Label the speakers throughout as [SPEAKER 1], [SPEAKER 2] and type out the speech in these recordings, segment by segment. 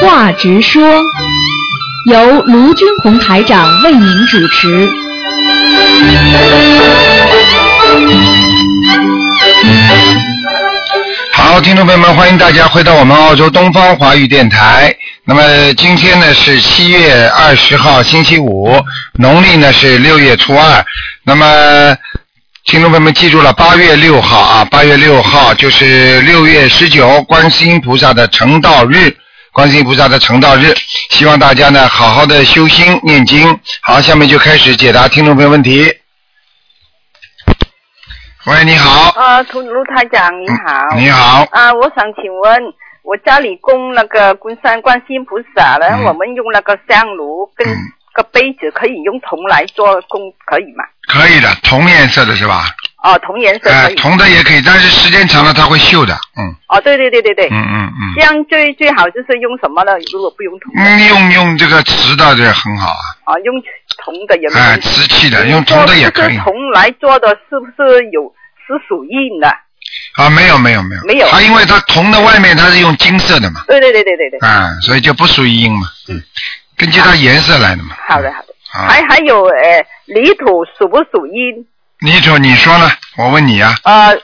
[SPEAKER 1] 话直说，由卢军红台长为您主持。
[SPEAKER 2] 好，听众朋友们，欢迎大家回到我们澳洲东方华语电台。那么今天呢是七月二十号，星期五，农历呢是六月初二。那么听众朋友们记住了，八月六号啊，八月六号就是六月十九观世音菩萨的成道日，观世音菩萨的成道日。希望大家呢好好的修心念经。好，下面就开始解答听众朋友问题。喂，你好，
[SPEAKER 3] 啊，涂卢台长你好。
[SPEAKER 2] 嗯你好，
[SPEAKER 3] 啊，我想请问，我家里供那个观山观世音菩萨然
[SPEAKER 2] 嗯
[SPEAKER 3] 后我们用那个香炉跟
[SPEAKER 2] 嗯
[SPEAKER 3] 个杯子，可以用铜来做供，可以吗？
[SPEAKER 2] 可以的，同颜色的是吧？
[SPEAKER 3] 哦，铜颜色
[SPEAKER 2] 呃
[SPEAKER 3] 可，以。
[SPEAKER 2] 铜的也可以，但是时间长了它会锈的。嗯
[SPEAKER 3] 哦，对对对对对，
[SPEAKER 2] 嗯嗯
[SPEAKER 3] 这样最最好就是用什么呢？如果不用铜的，
[SPEAKER 2] 嗯，嗯用用这个瓷的这很好啊，
[SPEAKER 3] 啊，用铜的也没
[SPEAKER 2] 哎、
[SPEAKER 3] 问题。
[SPEAKER 2] 瓷器的
[SPEAKER 3] 你
[SPEAKER 2] 用
[SPEAKER 3] 说
[SPEAKER 2] 铜的也可
[SPEAKER 3] 这
[SPEAKER 2] 以
[SPEAKER 3] 个铜来做的是不是有是属硬的？
[SPEAKER 2] 啊，没有没有没有，
[SPEAKER 3] 没有
[SPEAKER 2] 它因为它铜的外面它是用金色的嘛，
[SPEAKER 3] 对对对对对对，
[SPEAKER 2] 啊、所以就不属于阴嘛，嗯，根据它颜色来的嘛。
[SPEAKER 3] 好的好的。
[SPEAKER 2] 啊
[SPEAKER 3] 还，还有呃，泥土属不属阴？
[SPEAKER 2] 泥土你说呢？我问你啊，
[SPEAKER 3] 呃，是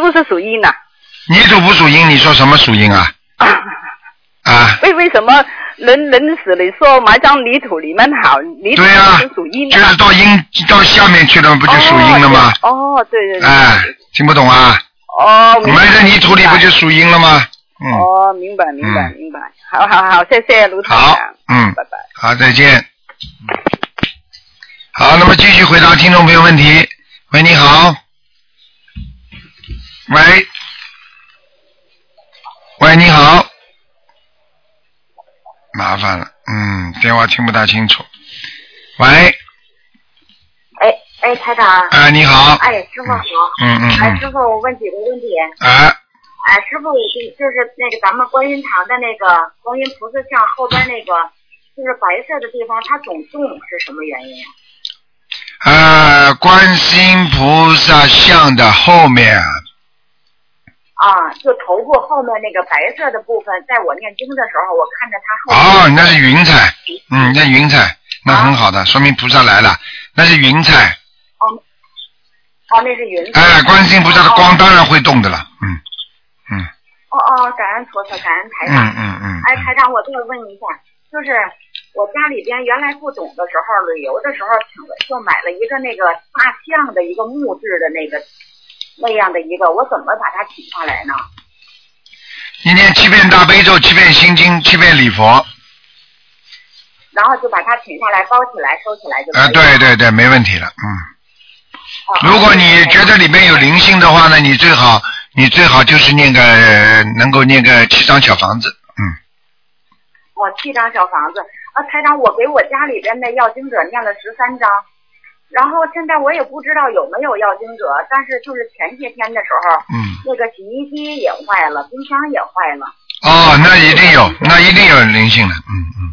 [SPEAKER 3] 不是属阴 呐、
[SPEAKER 2] 泥土不属阴，你说什么属阴啊？啊，
[SPEAKER 3] 为为什么人人死了说埋葬泥土里面好，泥土
[SPEAKER 2] 对呀
[SPEAKER 3] 是属阴的
[SPEAKER 2] 就
[SPEAKER 3] 嘛，
[SPEAKER 2] 是到阴到下面去了，不就属阴了吗？
[SPEAKER 3] 哦，对哦对对对，
[SPEAKER 2] 哎，听不懂啊？
[SPEAKER 3] 哦，明白
[SPEAKER 2] 埋在泥土里不就？属阴了吗？
[SPEAKER 3] 明白
[SPEAKER 2] 嗯，
[SPEAKER 3] 哦，明白明白
[SPEAKER 2] 嗯
[SPEAKER 3] 明白，好好好，谢谢卢台
[SPEAKER 2] 好
[SPEAKER 3] 长，，
[SPEAKER 2] 嗯，
[SPEAKER 3] 拜拜。
[SPEAKER 2] 好，再见。好，那么继续回答听众朋友问题。喂，你好。喂，喂，你好。麻烦了，嗯，电话听不大清楚。喂，
[SPEAKER 4] 哎哎，台长，
[SPEAKER 2] 啊、你好，
[SPEAKER 4] 哎，师傅好，
[SPEAKER 2] 嗯嗯
[SPEAKER 4] 哎，师
[SPEAKER 2] 嗯，
[SPEAKER 4] 傅，我问几个问题，
[SPEAKER 2] 啊，
[SPEAKER 4] 哎，师傅，我就就是那个咱们观音堂的那个观音菩萨像后边那个，就是白色的地方，它总动是什么原因啊？
[SPEAKER 2] 呃，观世音菩萨像的后面啊，
[SPEAKER 4] 啊，就头部后面那个白色的部分，在我念经的时候，我看着它后
[SPEAKER 2] 哦，
[SPEAKER 4] 面。
[SPEAKER 2] 那是云彩，嗯，那云彩，那很好
[SPEAKER 4] 啊
[SPEAKER 2] 的，说明菩萨来了，那是云彩，
[SPEAKER 4] 哦，那是云彩。
[SPEAKER 2] 哎，观世音菩萨的光当然会动的了，嗯，嗯
[SPEAKER 4] 哦哦，感恩菩萨，感恩台长。
[SPEAKER 2] 嗯嗯嗯，
[SPEAKER 4] 哎，台长，我再问一下，就是我家里边原来不懂的时候，旅游的时候请了就买了一个那个大象的一个木质的那个那样的一个，我怎么把它取下来呢？
[SPEAKER 2] 一念七遍大悲咒，七遍心经，七遍礼佛，
[SPEAKER 4] 然后就把它取下来，包起来，收起来就可以
[SPEAKER 2] 啊，
[SPEAKER 4] 了。
[SPEAKER 2] 对对对，没问题了，嗯，
[SPEAKER 4] 哦。
[SPEAKER 2] 如果你觉得里面有
[SPEAKER 4] 灵，
[SPEAKER 2] 灵性的话呢，你最好你最好就是念个呃能够念个七张小房子，嗯，
[SPEAKER 4] 我七张小房子啊，台长，我给我家里边的要经者念了十三张。然后现在我也不知道有没有要经者，但是就是前些天的时候，
[SPEAKER 2] 嗯，
[SPEAKER 4] 那个洗衣机也坏了，冰箱也坏了。
[SPEAKER 2] 哦，那一定有，那一定有灵性了，嗯嗯，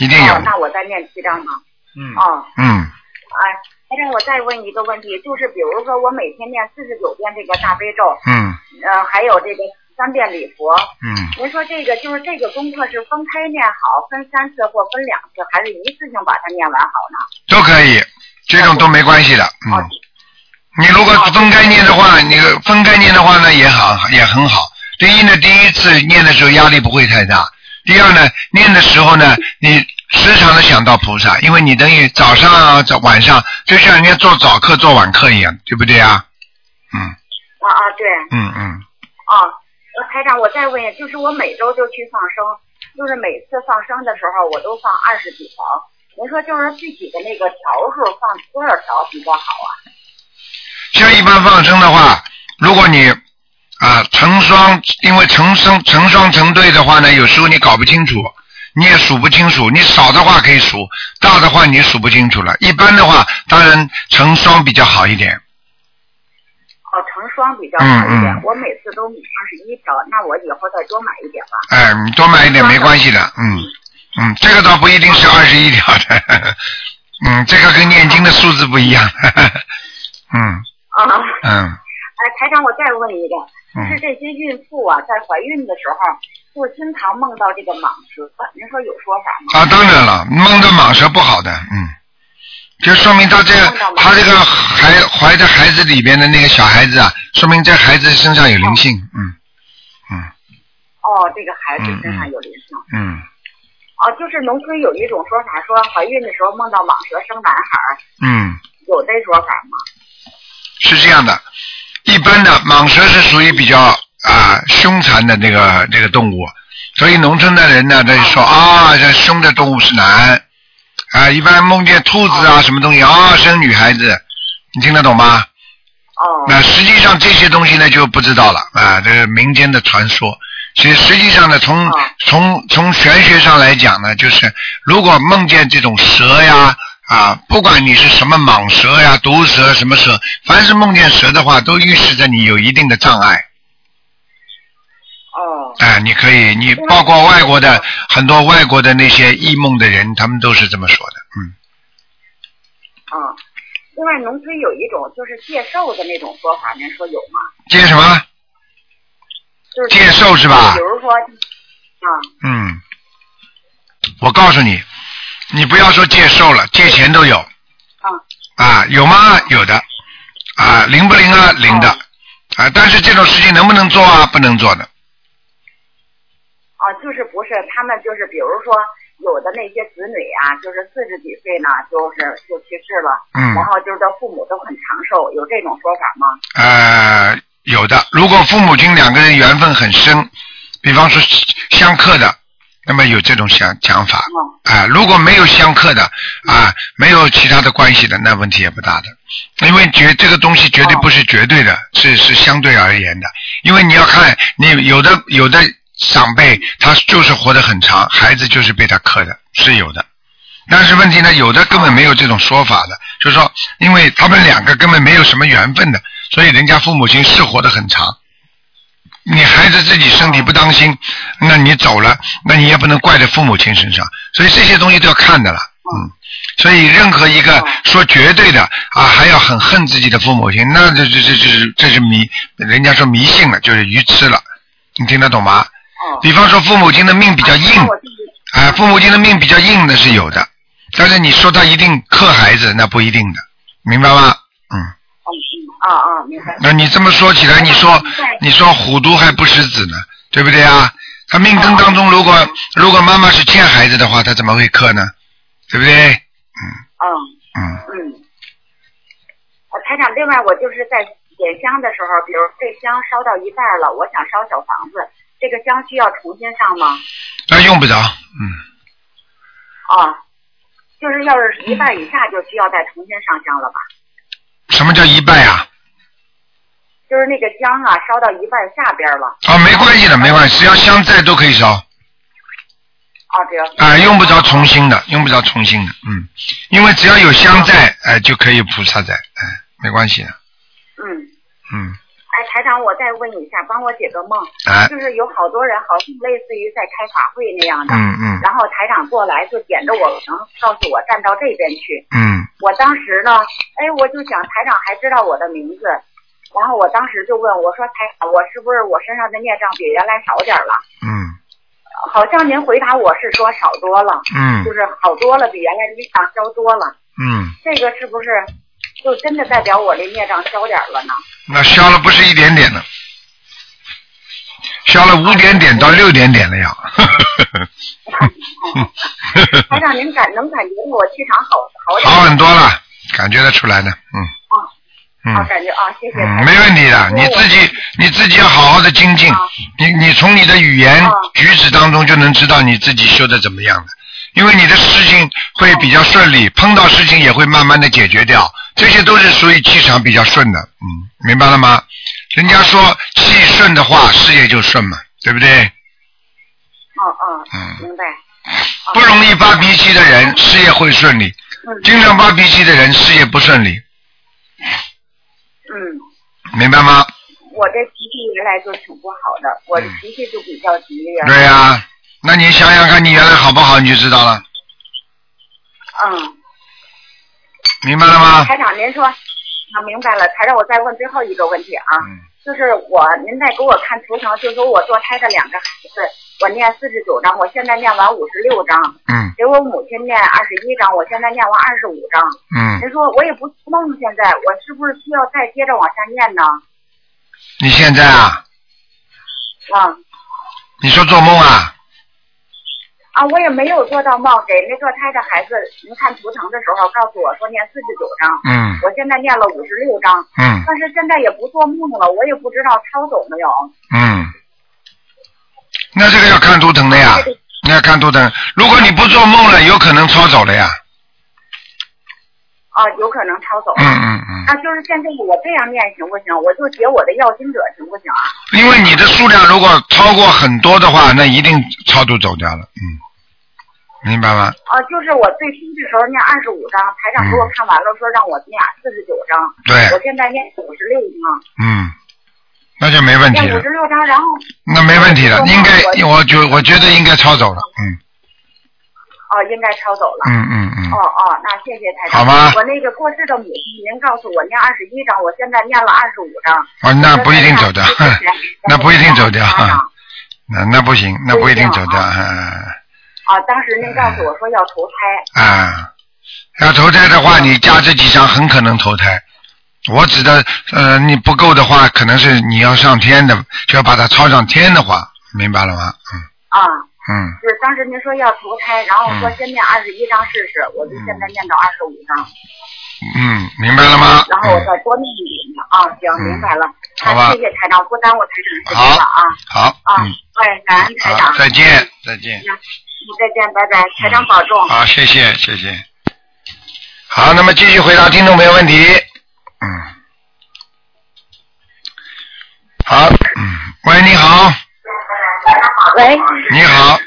[SPEAKER 2] 一定有
[SPEAKER 4] 哦，，那我再念七张吧。
[SPEAKER 2] 嗯
[SPEAKER 4] 哦，
[SPEAKER 2] 嗯。
[SPEAKER 4] 哎，台长，我再问一个问题，就是比如说我每天念四十九遍这个大悲咒，
[SPEAKER 2] 嗯
[SPEAKER 4] 呃，还有这个三遍礼佛，
[SPEAKER 2] 嗯，
[SPEAKER 4] 您说这个就是这个功课是分开念好，分三次或分两次，还是一次性把它念完好呢？
[SPEAKER 2] 都可以，这种都没关系的。
[SPEAKER 4] 哦
[SPEAKER 2] 嗯，你如果分开念的话，你分开念的话呢，也好，也很好。第一呢，第一次念的时候压力不会太大；第二呢，念的时候呢，你时常的想到菩萨，因为你等于早上啊、早晚上，就像人家做早课、做晚课一样，对不对啊？嗯
[SPEAKER 4] 啊啊，对，
[SPEAKER 2] 嗯嗯，
[SPEAKER 4] 啊，呃台长，我再问一下，就是我每周就去放生，就是每次放生的时候我都放二十几条，您说就是具体的那个条数放多少条比较好啊？
[SPEAKER 2] 像一般放生的话，如果你啊成双，因为成双成双成对的话呢，有时候你搞不清楚，你也数不清楚。你少的话可以数，大的话你数不清楚了。一般的话，当然成双比较好一点。
[SPEAKER 4] 哦，成双比较好一点。
[SPEAKER 2] 嗯嗯
[SPEAKER 4] 我每次都买二十一条，那我以后再多买一点吧。
[SPEAKER 2] 哎，你多买一点没关系的，嗯嗯，这个倒不一定是二十一条的， 呵呵嗯，这个跟念经的数字不一样， 呵呵嗯
[SPEAKER 4] 啊，
[SPEAKER 2] 嗯
[SPEAKER 4] 哎，台长，我再问一个，
[SPEAKER 2] 嗯
[SPEAKER 4] 是这些孕妇啊，在怀孕的时候，就经常梦到这个蟒蛇，您说有说法吗？
[SPEAKER 2] 啊，当然了，梦到蟒蛇不好的，嗯，就说明他这
[SPEAKER 4] 梦到蟒蛇
[SPEAKER 2] 他这个孩怀着孩子里边的那个小孩子啊，说明这孩子身上有灵性，嗯嗯
[SPEAKER 4] 哦，这个孩子身上有灵性。
[SPEAKER 2] 嗯，
[SPEAKER 4] 哦，就是农村有一种说法，说怀孕的时候梦到蟒蛇生男孩儿，
[SPEAKER 2] 嗯，
[SPEAKER 4] 有这说法吗？
[SPEAKER 2] 是这样的，一般的蟒蛇是属于比较啊、凶残的那个这个动物，所以农村的人呢，他就说啊，这凶的动物是男，啊，一般梦见兔子啊什么东西啊生女孩子，你听得懂吗？
[SPEAKER 4] 哦，
[SPEAKER 2] 那实际上这些东西呢就不知道了啊，这是民间的传说。其实实际上呢，从
[SPEAKER 4] 啊
[SPEAKER 2] 从从玄学上来讲呢，就是如果梦见这种蛇呀啊，不管你是什么蟒蛇呀、毒蛇什么蛇，凡是梦见蛇的话，都预示着你有一定的障碍。
[SPEAKER 4] 哦，
[SPEAKER 2] 哎、你可以，你包括外国的很多外国的那些异梦的人，他们都是这么说的。嗯，
[SPEAKER 4] 嗯。另外，农村有一种就是借寿的那种说法，您说有吗？
[SPEAKER 2] 接什么？
[SPEAKER 4] 就是
[SPEAKER 2] 借寿是吧
[SPEAKER 4] 比如说，啊，
[SPEAKER 2] 嗯，我告诉你，你不要说借寿了，借钱都有。
[SPEAKER 4] 啊。
[SPEAKER 2] 啊，有吗？有的。啊，灵不灵啊？灵的。啊，但是这种事情能不能做啊？不能做的。
[SPEAKER 4] 啊，就是不是他们就是比如说有的那些子女啊，就是四十几岁呢，就是就去世了，
[SPEAKER 2] 嗯
[SPEAKER 4] 然后就是他父母都很长寿，有这种说法吗？
[SPEAKER 2] 呃，有的。如果父母亲两个人缘分很深，比方说相克的，那么有这种想讲法。
[SPEAKER 4] 嗯，
[SPEAKER 2] 啊，如果没有相克的啊，没有其他的关系的，那问题也不大的，因为绝这个东西绝对不是绝对的，是是相对而言的，因为你要看你有的有的长辈他就是活得很长，孩子就是被他克的，是有的。但是问题呢，有的根本没有这种说法的，就是说，因为他们两个根本没有什么缘分的，所以人家父母亲是活得很长。你孩子自己身体不当心，那你走了，那你也不能怪在父母亲身上，所以这些东西都要看的了，嗯。所以任何一个
[SPEAKER 4] 哦
[SPEAKER 2] 说绝对的啊，还要很恨自己的父母亲，那这这这这是这是迷，人家说迷信了，就是愚痴了，你听得懂吗？
[SPEAKER 4] 哦，啊
[SPEAKER 2] 比方说父母亲的命比较呃硬，
[SPEAKER 4] 那我自己
[SPEAKER 2] 哎，父母亲的命比较硬的是有的，但是你说他一定克孩子，那不一定的，明白吗？嗯，
[SPEAKER 4] 嗯嗯啊啊，明白。
[SPEAKER 2] 那你这么说起来，你说你说虎毒还不食子呢，对不对啊？他命根当中，如果如果妈妈是欠孩子的话，他怎么会克呢？对不对？
[SPEAKER 4] 嗯
[SPEAKER 2] 嗯，
[SPEAKER 4] 嗯。我台长，另外我就是在点香的时候，比如这香烧到一半了，我想烧小房子，这个香需要重新上吗？
[SPEAKER 2] 那用不着，嗯，
[SPEAKER 4] 啊，就是要是一半以下就需要再重新上香了吧？
[SPEAKER 2] 什么叫一拜啊？
[SPEAKER 4] 就是那个香啊，烧到一半下边了。
[SPEAKER 2] 啊，没关系的，没关系，只要香在都可以烧，
[SPEAKER 4] 啊，对啊。
[SPEAKER 2] 啊，用不着重新的，用不着重新的，嗯，因为只要有香在，哎、就可以有菩萨在，哎、没关系的，
[SPEAKER 4] 嗯，
[SPEAKER 2] 嗯，
[SPEAKER 4] 哎，台长，我再问一下，帮我解个梦，
[SPEAKER 2] 哎、
[SPEAKER 4] 就是有好多人好像类似于在开法会那样的，
[SPEAKER 2] 嗯嗯
[SPEAKER 4] 然后台长过来就点着我能告诉我站到这边去。
[SPEAKER 2] 嗯，
[SPEAKER 4] 我当时呢，哎，我就想台长还知道我的名字，然后我当时就问我说台长，我是不是我身上的孽障比原来少点儿了？
[SPEAKER 2] 嗯
[SPEAKER 4] 好像您回答我是说少多了，
[SPEAKER 2] 嗯
[SPEAKER 4] 就是好多了，比原来孽障消多了。
[SPEAKER 2] 嗯，
[SPEAKER 4] 这个是不是就真的代表我这孽障消点儿了呢？
[SPEAKER 2] 那消了不是一点点的，消了五点点到六点点了要，
[SPEAKER 4] 台长，您感能感觉到我气场好好点
[SPEAKER 2] 好
[SPEAKER 4] 吗
[SPEAKER 2] 很多了，感觉得出来的，嗯，
[SPEAKER 4] 啊，
[SPEAKER 2] 嗯
[SPEAKER 4] 感觉啊，谢谢台
[SPEAKER 2] 嗯，
[SPEAKER 4] 长。
[SPEAKER 2] 没问题的，你自己你自己要好好的精进
[SPEAKER 4] 啊，
[SPEAKER 2] 你你从你的语言
[SPEAKER 4] 啊
[SPEAKER 2] 举止当中就能知道你自己修的怎么样的，因为你的事情会比较顺利，碰到事情也会慢慢的解决掉，这些都是属于气场比较顺的，嗯，明白了吗？人家说气顺的话，事业就顺嘛，对不对？
[SPEAKER 4] 哦哦，
[SPEAKER 2] 嗯，
[SPEAKER 4] 明白。
[SPEAKER 2] 不容易发脾气的人，事业会顺利；
[SPEAKER 4] 嗯
[SPEAKER 2] 经常发脾气的人，事业不顺利，
[SPEAKER 4] 嗯，
[SPEAKER 2] 明白吗？
[SPEAKER 4] 我这脾气原来就挺不好的，我这脾气就比较急烈。
[SPEAKER 2] 嗯对呀、那你想想看，你原来好不好，你就知道了，
[SPEAKER 4] 嗯，
[SPEAKER 2] 明白了吗？
[SPEAKER 4] 台长，您说，啊，明白了。台长，我再问最后一个问题啊，
[SPEAKER 2] 嗯
[SPEAKER 5] 就是我您再给我看图腾，就说我堕胎的两个孩子，我念四十九章，我现在念完五十六章，
[SPEAKER 2] 嗯
[SPEAKER 5] 给我母亲念二十一章，我现在念完二十五章。
[SPEAKER 2] 嗯，
[SPEAKER 5] 您说我也不做梦，现在我是不是需要再接着往下念呢？
[SPEAKER 2] 你现在啊，
[SPEAKER 5] 啊、
[SPEAKER 2] 你说做梦啊？
[SPEAKER 5] 啊，我也没有做到梦，给那堕胎的孩子，您看图腾的时候告诉我说念四十九章，
[SPEAKER 2] 嗯
[SPEAKER 5] 我现在念了五十六章，
[SPEAKER 2] 嗯
[SPEAKER 5] 但是现在也不做梦了，我也不知道抄走没有。
[SPEAKER 2] 嗯，那这个要看图腾的呀，那要看图腾。如果你不做梦了，有可能抄走了呀。
[SPEAKER 5] 啊，有可能抄走。
[SPEAKER 2] 嗯嗯嗯，
[SPEAKER 5] 啊，就是现在我这样念行不行？我就解我的要经者行不行啊？
[SPEAKER 2] 因为你的数量如果超过很多的话，那一定超度走掉了。嗯，明白吗？
[SPEAKER 5] 啊，就是我最初的时候念二十五章，台长给我看完了，说让我念四十九章，
[SPEAKER 2] 对
[SPEAKER 5] 我，现在念五十六章，
[SPEAKER 2] 嗯，那就没问题
[SPEAKER 5] 念
[SPEAKER 2] 了
[SPEAKER 5] 五十。六章，然后
[SPEAKER 2] 那没问题了，应该，我觉我觉得应该抄走了，嗯
[SPEAKER 5] 哦、应该抄走了。
[SPEAKER 2] 嗯嗯嗯
[SPEAKER 5] 哦，哦，那谢谢台长。
[SPEAKER 2] 好吗
[SPEAKER 5] 我那个过世的母亲，您告诉我念二十一章，我现在念了二十五章。
[SPEAKER 2] 哦，那不一定走掉，
[SPEAKER 5] 谢谢
[SPEAKER 2] 那不一定走掉
[SPEAKER 5] 台长
[SPEAKER 2] 那那不行，那不一定走掉，啊
[SPEAKER 5] 啊，当时您告诉我说要投胎，
[SPEAKER 2] 啊，要投胎的
[SPEAKER 5] 啊
[SPEAKER 2] 话，你加这几张很可能投胎。我指的，呃，你不够的话，可能是你要上天的，就要把它抄上天的话，明白了吗？
[SPEAKER 5] 啊，
[SPEAKER 2] 嗯
[SPEAKER 5] 就是当时您说要投胎，然后说
[SPEAKER 2] 嗯
[SPEAKER 5] 先念二十一章试试，我就现在念到二十五章，
[SPEAKER 2] 嗯嗯，明白了吗？
[SPEAKER 5] 然后我再多念一点啊，行，
[SPEAKER 2] 嗯
[SPEAKER 5] 明白了。
[SPEAKER 2] 好吧
[SPEAKER 5] 那谢谢台长，不耽误台长时间了啊
[SPEAKER 2] 好，
[SPEAKER 5] 啊
[SPEAKER 2] 嗯，，
[SPEAKER 5] 哎，感恩台
[SPEAKER 2] 好
[SPEAKER 5] 长，，嗯
[SPEAKER 2] 再见，再见。
[SPEAKER 5] 再见，拜拜，台长保重。
[SPEAKER 2] 好，谢谢谢谢。好，那么继续回答听众朋友问题。嗯，好，嗯，喂，你好，
[SPEAKER 4] 喂
[SPEAKER 2] 你好，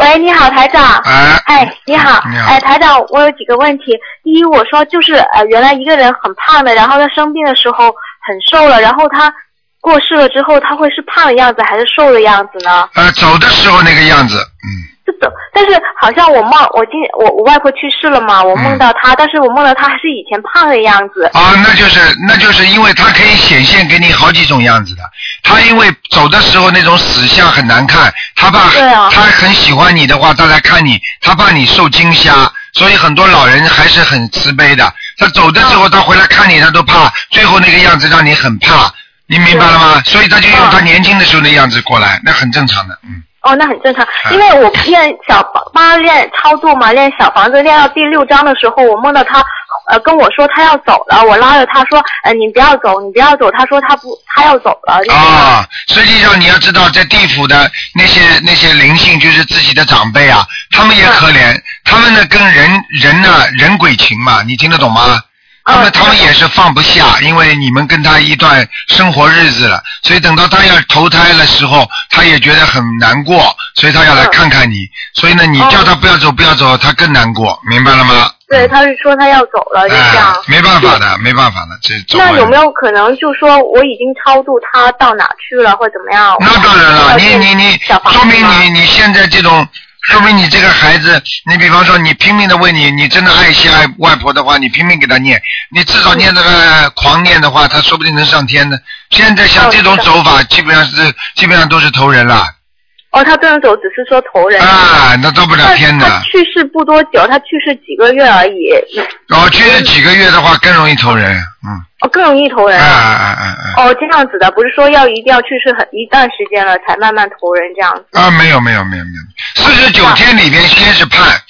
[SPEAKER 4] 喂，你好，台长。
[SPEAKER 2] 哎，
[SPEAKER 4] 哎，你好，
[SPEAKER 2] 你好
[SPEAKER 4] 哎，台长，我有几个问题。第一，我说就是呃，原来一个人很胖的，然后他生病的时候很瘦了，然后他过世了之后，他会是胖的样子还是瘦的样子呢？
[SPEAKER 2] 呃，走的时候那个样子，嗯，
[SPEAKER 4] 这走，但是好像我梦，我今我我外婆去世了嘛，我
[SPEAKER 2] 嗯
[SPEAKER 4] 梦到她，但是我梦到她还是以前胖的样子。
[SPEAKER 2] 啊，那就是那就是因为它可以显现给你好几种样子的。他因为走的时候那种死相很难看，他怕、
[SPEAKER 4] 对啊
[SPEAKER 2] 他很喜欢你的话，他来看你，他怕你受惊吓，所以很多老人还是很慈悲的。他走的时候，
[SPEAKER 4] 嗯
[SPEAKER 2] 他回来看你，他都怕，最后那个样子让你很怕，你明白了吗？所以他就用他年轻的时候那样子过来，那很正常的，嗯。
[SPEAKER 4] 哦，那很正常，因为我练小房帮他练操作嘛，练小房子练到第六章的时候，我梦到他，呃，跟我说他要走了，我拉着他说，呃，你不要走，你不要走，他说他不，他要走了。就是
[SPEAKER 2] 啊，实际上你要知道，在地府的那些那些灵性，就是自己的长辈啊，他们也可怜，他们呢跟人人呢人鬼情嘛，你听得懂吗？那么
[SPEAKER 4] 嗯
[SPEAKER 2] 他们也是放不下，因为你们跟他一段生活日子了，所以等到他要投胎的时候，他也觉得很难过，所以他要来
[SPEAKER 4] 嗯哦
[SPEAKER 2] 看看你。所以呢，你叫他不要走，不要走，他更难过，明白了吗？
[SPEAKER 4] 对，他是说他要走了，就这
[SPEAKER 2] 哎
[SPEAKER 4] 样。，
[SPEAKER 2] 没办法的，没办法的，这总
[SPEAKER 4] 那
[SPEAKER 2] 会
[SPEAKER 4] 有没有可能就说我已经超度他到哪去了，或怎么样？
[SPEAKER 2] 那当然了，
[SPEAKER 4] 要
[SPEAKER 2] 你
[SPEAKER 4] 念
[SPEAKER 2] 你你，
[SPEAKER 4] 小房子
[SPEAKER 2] 说明
[SPEAKER 4] 吗
[SPEAKER 2] 你你现在这种，说明你这个孩子，你比方说你拼命的为你，你真的爱惜爱外婆的话，你拼命给他念，你至少念这个狂念的话，他说不定能上天呢。现在像
[SPEAKER 4] 哦
[SPEAKER 2] 这种
[SPEAKER 4] 是的
[SPEAKER 2] 走法，基本上是基本上都是投人了
[SPEAKER 4] 哦，他这样走只是说投人。
[SPEAKER 2] 啊，那到不了
[SPEAKER 4] 他
[SPEAKER 2] 天
[SPEAKER 4] 他
[SPEAKER 2] 的。
[SPEAKER 4] 去世不多久，他去世几个月而已，
[SPEAKER 2] 哦，去世几个月的话，更容易投人，嗯，
[SPEAKER 4] 哦，更容易投人
[SPEAKER 2] 啊啊啊啊
[SPEAKER 4] 哦，这样子的，不是说要一定要去世很一段时间了才慢慢投人这样子。
[SPEAKER 2] 啊，没有没有没有没有，四十九
[SPEAKER 4] 啊
[SPEAKER 2] 天里边先是判，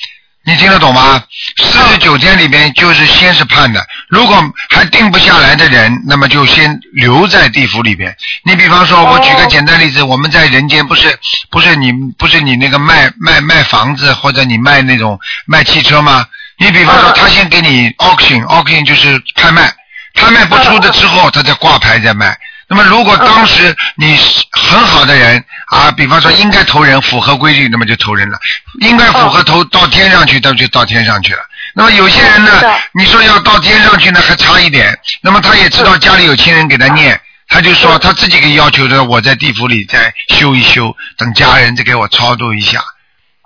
[SPEAKER 2] 你听得懂
[SPEAKER 4] 嗯
[SPEAKER 2] 吗？四十九天里边就是先是判的，如果还定不下来的人，那么就先留在地府里边。你比方说，我举个
[SPEAKER 4] 哦
[SPEAKER 2] 简单例子，我们在人间不是不是你不是你那个卖卖卖房子或者你卖那种卖汽车吗？你比方说，
[SPEAKER 4] 嗯
[SPEAKER 2] 他先给你 auction，auction 就是拍卖，拍卖不出的之
[SPEAKER 4] 哦
[SPEAKER 2] 后，他再挂牌再卖。那么如果当时你是很好的人啊，比方说应该投人，符合规律，那么就投人了；应该
[SPEAKER 4] 哦
[SPEAKER 2] 符合投到天上去，那就到天上去了。那么有些人呢
[SPEAKER 4] 是的，
[SPEAKER 2] 你说要到天上去呢，还差一点。那么他也知
[SPEAKER 4] 嗯
[SPEAKER 2] 道家里有亲人给他念，他就说他自己给要求的，我在地府里再修一修，等家人再给我超度一下。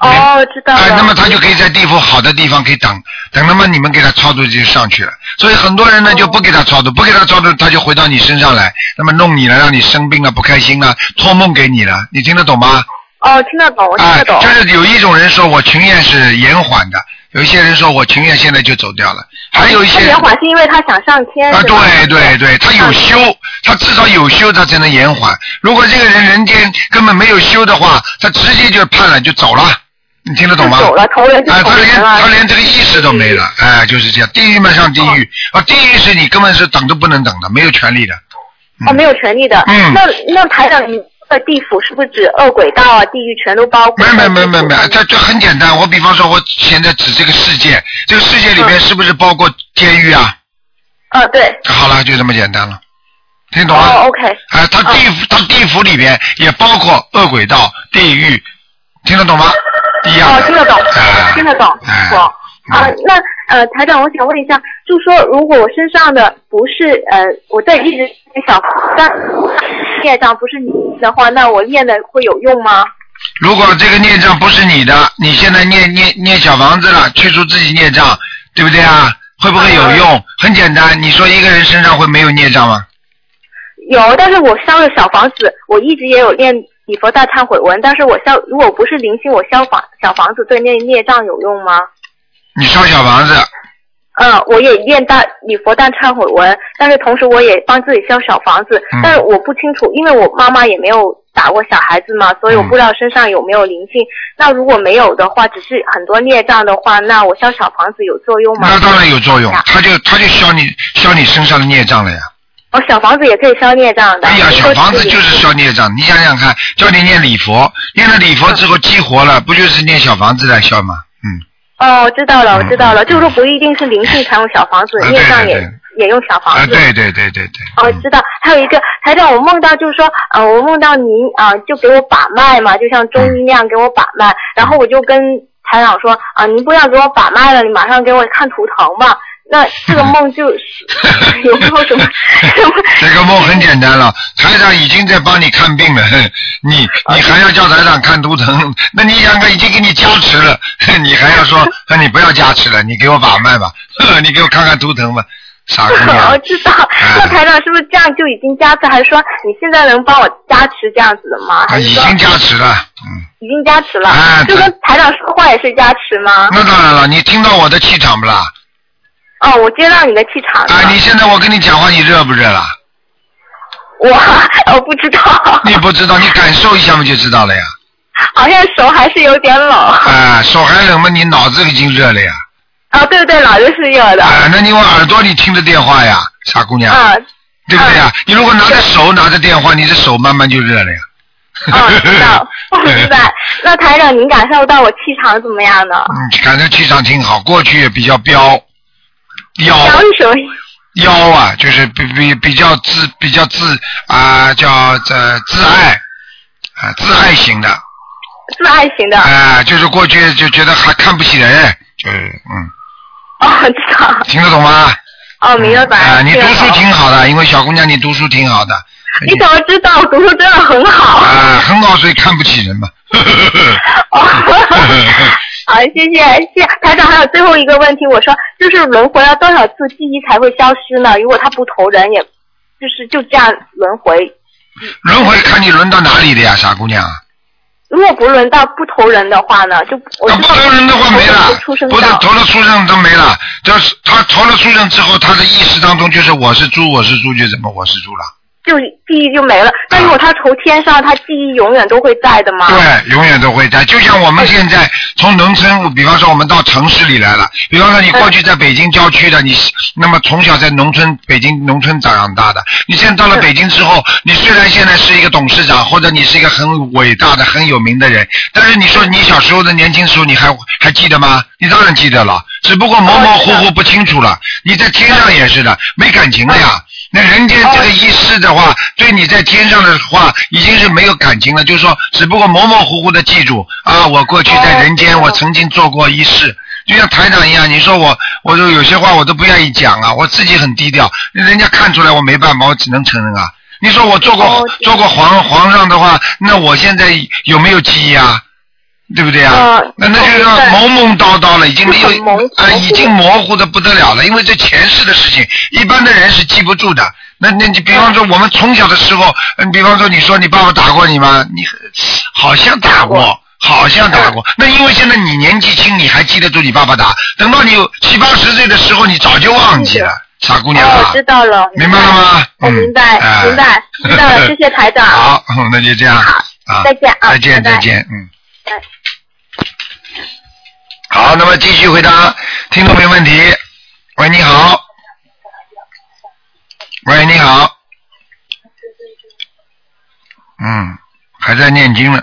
[SPEAKER 4] 哦，知道了。
[SPEAKER 2] 哎，那么他就可以在地府好的地方可以等，等那么你们给他超度就上去了。所以很多人呢就不给他超度，不给他超度，他就回到你身上来，那么弄你了，让你生病了、啊不开心了、托梦给你了，你听得懂吗？
[SPEAKER 4] 哦，听得懂，我听
[SPEAKER 2] 啊
[SPEAKER 4] 得，懂。
[SPEAKER 2] 就是有一种人说我情愿是延缓的，有一些人说我情愿现在就走掉了，还有一
[SPEAKER 4] 他
[SPEAKER 2] 些
[SPEAKER 4] 延缓是因为他想上天。
[SPEAKER 2] 啊，
[SPEAKER 4] 是吧
[SPEAKER 2] 对对对，他
[SPEAKER 4] 嗯
[SPEAKER 2] 有修，他至少有修，他才能延缓。如果这个人人间根本没有修的话，他直接就判了，就走了。你听得懂吗？
[SPEAKER 4] 就走了 投人就
[SPEAKER 2] 啊，
[SPEAKER 4] 投
[SPEAKER 2] 他 连
[SPEAKER 4] 人了
[SPEAKER 2] 他连这个意识都没了，哎、就是这样。地狱嘛上地狱、啊，地狱是你根本是等都不能等的，没有权利的。
[SPEAKER 4] 哦，没有权利的。
[SPEAKER 2] 嗯
[SPEAKER 4] 那那台长，你的地府是不是指恶鬼道啊、地狱全都包
[SPEAKER 2] 没
[SPEAKER 4] 括在
[SPEAKER 2] 有
[SPEAKER 4] 地
[SPEAKER 2] 没有
[SPEAKER 4] 府？
[SPEAKER 2] 没有没有没有，这这很简单。我比方说，我现在指这个世界，这个世界里面是不是包括监狱啊？
[SPEAKER 4] 啊，对。
[SPEAKER 2] 好了，就这么简单了，听懂吗？
[SPEAKER 4] 哦，OK。
[SPEAKER 2] 啊，它地府，它地府里边也包括恶鬼道、地狱，听得懂吗？一样
[SPEAKER 4] 哦
[SPEAKER 2] 的。，
[SPEAKER 4] 听得懂
[SPEAKER 2] 哎，
[SPEAKER 4] 听得懂，
[SPEAKER 2] 哎
[SPEAKER 4] 我啊，那呃，台长，我想问一下，就说如果我身上的不是呃，我在一直想，但业障不是你的话，那我练的会有用吗？
[SPEAKER 2] 如果这个孽障不是你的，你现在念念念小房子了，去除自己孽障，对不对啊？会不会有用？很简单，你说一个人身上会没有孽障吗？
[SPEAKER 4] 有，但是我烧了小房子，我一直也有练礼佛大忏悔文，但是我消如果不是灵性，我消房小房子对那孽障有用吗？
[SPEAKER 2] 你烧小房子，
[SPEAKER 4] 嗯，我也念大礼佛大忏悔文，但是同时我也帮自己消小房子，
[SPEAKER 2] 嗯
[SPEAKER 4] 但是我不清楚，因为我妈妈也没有打过小孩子嘛，所以我
[SPEAKER 2] 嗯
[SPEAKER 4] 不知道身上有没有灵性。那如果没有的话，只是很多孽障的话，那我消小房子有作用吗
[SPEAKER 2] 那？当然有作用
[SPEAKER 4] 呀，
[SPEAKER 2] 它就它就消你消你身上的孽障了呀。
[SPEAKER 4] 哦，小房子也可以消孽障的。
[SPEAKER 2] 哎呀，
[SPEAKER 4] 你
[SPEAKER 2] 小
[SPEAKER 4] 说
[SPEAKER 2] 房子
[SPEAKER 4] 这个
[SPEAKER 2] 就是消孽障，你想想看，叫你念礼佛，念了礼佛之后激活了，不就是念小房子来消吗？嗯。
[SPEAKER 4] 哦，我知道了，我知道了，
[SPEAKER 2] 嗯
[SPEAKER 4] 就是说不一定是灵性才用小房子，
[SPEAKER 2] 啊
[SPEAKER 4] 孽障
[SPEAKER 2] 对对
[SPEAKER 4] 也也用小房
[SPEAKER 2] 啊，
[SPEAKER 4] 子。
[SPEAKER 2] 对对对对对。
[SPEAKER 4] 哦，
[SPEAKER 2] 嗯
[SPEAKER 4] 知道。还有一个，台长，我梦到就是说，呃，我梦到您啊、就给我把脉嘛，就像中医那样给我把
[SPEAKER 2] 嗯
[SPEAKER 4] 脉，然后我就跟台长说，啊、您不要给我把脉了，你马上给我看图腾吧。那这个梦 就是有没有什么什么？
[SPEAKER 2] 这个梦很简单了，台长已经在帮你看病了， 哼你你还要叫台长看图腾？那你想看已经给你加持了， 哼你还要说，那你不要加持了，你给我把脉吧， 呵你给我看看图腾吧，傻姑
[SPEAKER 4] 我
[SPEAKER 2] 娘。
[SPEAKER 4] 知道，那台长是不是这样就已经加持？还是说你现在能帮我加持这样子的吗？
[SPEAKER 2] 啊，
[SPEAKER 4] 还是
[SPEAKER 2] 已
[SPEAKER 4] 说
[SPEAKER 2] 经加持了，嗯，
[SPEAKER 4] 已经加持了？
[SPEAKER 2] 哎
[SPEAKER 4] 就跟台长说话也是加持吗？
[SPEAKER 2] 那当然了，你听到我的气场不啦？
[SPEAKER 4] 哦，我接到你的气场了。
[SPEAKER 2] 嗯啊，你现在我跟你讲话，你热不热了？
[SPEAKER 4] 我 我不知道。
[SPEAKER 2] 你不知道，你感受一下不就知道了呀？
[SPEAKER 4] 好像手还是有点冷。啊，
[SPEAKER 2] 啊，手还冷吗？你脑子已经热了呀？
[SPEAKER 4] 对对，老就是热的。
[SPEAKER 2] 啊，那你用耳朵里听着电话呀，傻姑娘。
[SPEAKER 4] 啊，
[SPEAKER 2] 对不对呀、你如果拿着手拿着电话，你的手慢慢就热了呀。
[SPEAKER 4] 嗯，知道，我明白。啊那台长，您感受到我气场怎么样呢？
[SPEAKER 2] 嗯，感觉气场挺好，过去也比较彪，腰
[SPEAKER 4] 然后是什么意思？
[SPEAKER 2] 腰啊，就是比比比较自比较自啊、叫这、自爱啊、自爱型的啊、
[SPEAKER 4] 自爱型的。
[SPEAKER 2] 哎就是过去就觉得还看不起人，就是嗯，
[SPEAKER 4] 哦，知道。
[SPEAKER 2] 听得懂吗？
[SPEAKER 4] 哦，明白。
[SPEAKER 2] 啊、你
[SPEAKER 4] 谢
[SPEAKER 2] 读
[SPEAKER 4] 谢
[SPEAKER 2] 书挺好的，因为小姑娘你读书挺好的。
[SPEAKER 4] 你怎么知道我读书真的很好？
[SPEAKER 2] 啊、很好，所以看不起人嘛。
[SPEAKER 4] 哦，好，谢谢谢谢台长。还有最后一个问题，我说就是轮回要多少次记忆才会消失呢？如果他不投人，也就是就这样轮回。
[SPEAKER 2] 轮回看你轮到哪里的呀，傻姑娘。
[SPEAKER 4] 如果不轮到不投人的话呢，就我
[SPEAKER 2] 那
[SPEAKER 4] 就
[SPEAKER 2] 不投人的话没了
[SPEAKER 4] 我就出，生
[SPEAKER 2] 不是
[SPEAKER 4] 到
[SPEAKER 2] 投了畜生都没了。这是他投了畜生之后，他的意识当中就是我是猪，我是猪就怎么我是猪了。
[SPEAKER 4] 就记忆就没了。但如果他投天上，他记忆永远都会在的嘛。
[SPEAKER 2] 对，永远都会在。就像我们现在从农村，比方说我们到城市里来了，比方说你过去在北京郊区的，你那么从小在农村北京农村长大的，你现在到了北京之后，你虽然现在是一个董事长，或者你是一个很伟大的、很有名的人，但是你说你小时候的年轻时候，你还还记得吗？你当然记得了，只不过模模
[SPEAKER 4] 哦
[SPEAKER 2] 糊糊不清楚了。你在天上也是的，没感情的
[SPEAKER 4] 哦
[SPEAKER 2] 呀。那人间这个一世的话，对你在天上的话已经是没有感情了，就是说，只不过模模糊糊的记住啊，我过去
[SPEAKER 4] 哦
[SPEAKER 2] 在人间，我曾经做过一世，就像台长一样，你说我，我就有些话我都不愿意讲啊，我自己很低调，人家看出来我没办法，我只能承认啊。你说我做过、
[SPEAKER 4] 哦
[SPEAKER 2] 做过皇皇上的话，那我现在有没有记忆啊？对不对啊
[SPEAKER 4] 呃？
[SPEAKER 2] 那那就是说
[SPEAKER 4] 明白
[SPEAKER 2] 懵懵叨叨了，已经没有
[SPEAKER 4] 就很模糊
[SPEAKER 2] 啊，已经模糊的不得了了，因为这前世的事情，一般的人是记不住的。那那你比方
[SPEAKER 4] 嗯
[SPEAKER 2] 说我们从小的时候，嗯，比方说你说你爸爸打过你吗？你好像打过。好像打
[SPEAKER 4] 嗯
[SPEAKER 2] 过，那因为现在你年纪轻，你还记得住你爸爸打。等到你有七八十岁的时候，你早就忘记了，傻姑娘
[SPEAKER 4] 哦，
[SPEAKER 2] 啊
[SPEAKER 4] 我知，道了，
[SPEAKER 2] 明白了吗？
[SPEAKER 4] 我
[SPEAKER 2] 嗯，
[SPEAKER 4] 明白，
[SPEAKER 2] 哎
[SPEAKER 4] 明白，知 道了，谢谢台长。
[SPEAKER 2] 好，嗯那就这样啊，
[SPEAKER 4] 再见啊
[SPEAKER 2] 再见，
[SPEAKER 4] 拜拜
[SPEAKER 2] 再见，嗯
[SPEAKER 4] 拜。
[SPEAKER 2] 好，那么继续回答听众朋友问题。喂，你好。喂，你好。嗯，还在念经呢。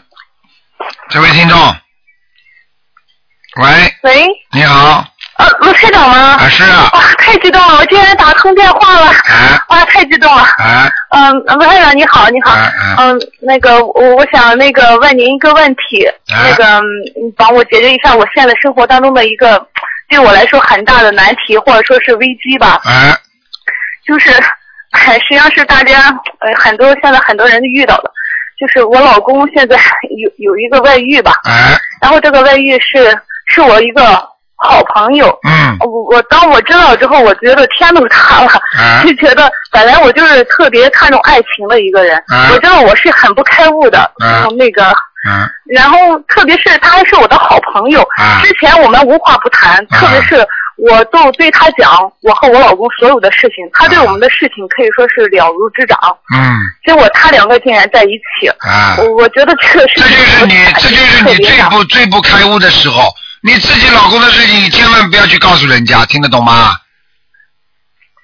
[SPEAKER 2] 这位听众，喂，
[SPEAKER 4] 喂，
[SPEAKER 2] 你好，
[SPEAKER 4] 呃，卢台长吗？
[SPEAKER 2] 啊是啊，
[SPEAKER 4] 哇，太激动了，我竟然打通电话了，
[SPEAKER 2] 哎
[SPEAKER 4] 哇，太激动了。
[SPEAKER 2] 哎
[SPEAKER 4] 嗯，卢台长你好，你好。
[SPEAKER 2] 哎哎，
[SPEAKER 4] 嗯，那个我我想那个问您一个问题，
[SPEAKER 2] 哎
[SPEAKER 4] 那个嗯帮我解决一下我现在生活当中的一个对我来说很大的难题或者说是危机吧，
[SPEAKER 2] 哎
[SPEAKER 4] 就是哎实际上是大家呃很多现在很多人遇到的，就是我老公现在 有有一个外遇吧，
[SPEAKER 2] 哎，
[SPEAKER 4] 然后这个外遇是是我一个好朋友，
[SPEAKER 2] 嗯
[SPEAKER 4] 我我当我知道之后，我觉得天都塌了，
[SPEAKER 2] 哎
[SPEAKER 4] 就觉得本来我就是特别看重爱情的一个人，
[SPEAKER 2] 哎
[SPEAKER 4] 我知道我是很不开悟的，
[SPEAKER 2] 哎
[SPEAKER 4] 然后那个，
[SPEAKER 2] 嗯
[SPEAKER 4] 然后特别是他还是我的好朋友，
[SPEAKER 2] 哎
[SPEAKER 4] 之前我们无话不谈，
[SPEAKER 2] 哎
[SPEAKER 4] 特别是我都对他讲我和我老公所有的事情，他对
[SPEAKER 2] 哎
[SPEAKER 4] 我们的事情可以说是了如指掌，
[SPEAKER 2] 嗯
[SPEAKER 4] 结果他两个竟然在一起，
[SPEAKER 2] 啊。
[SPEAKER 4] 我我觉得这个事
[SPEAKER 2] 这就
[SPEAKER 4] 情
[SPEAKER 2] 是你，这就是
[SPEAKER 4] 哎特
[SPEAKER 2] 你
[SPEAKER 4] 别
[SPEAKER 2] 最
[SPEAKER 4] 让
[SPEAKER 2] 不最不开悟的时候。你自己老公的事情，你千万不要去告诉人家，听得懂吗？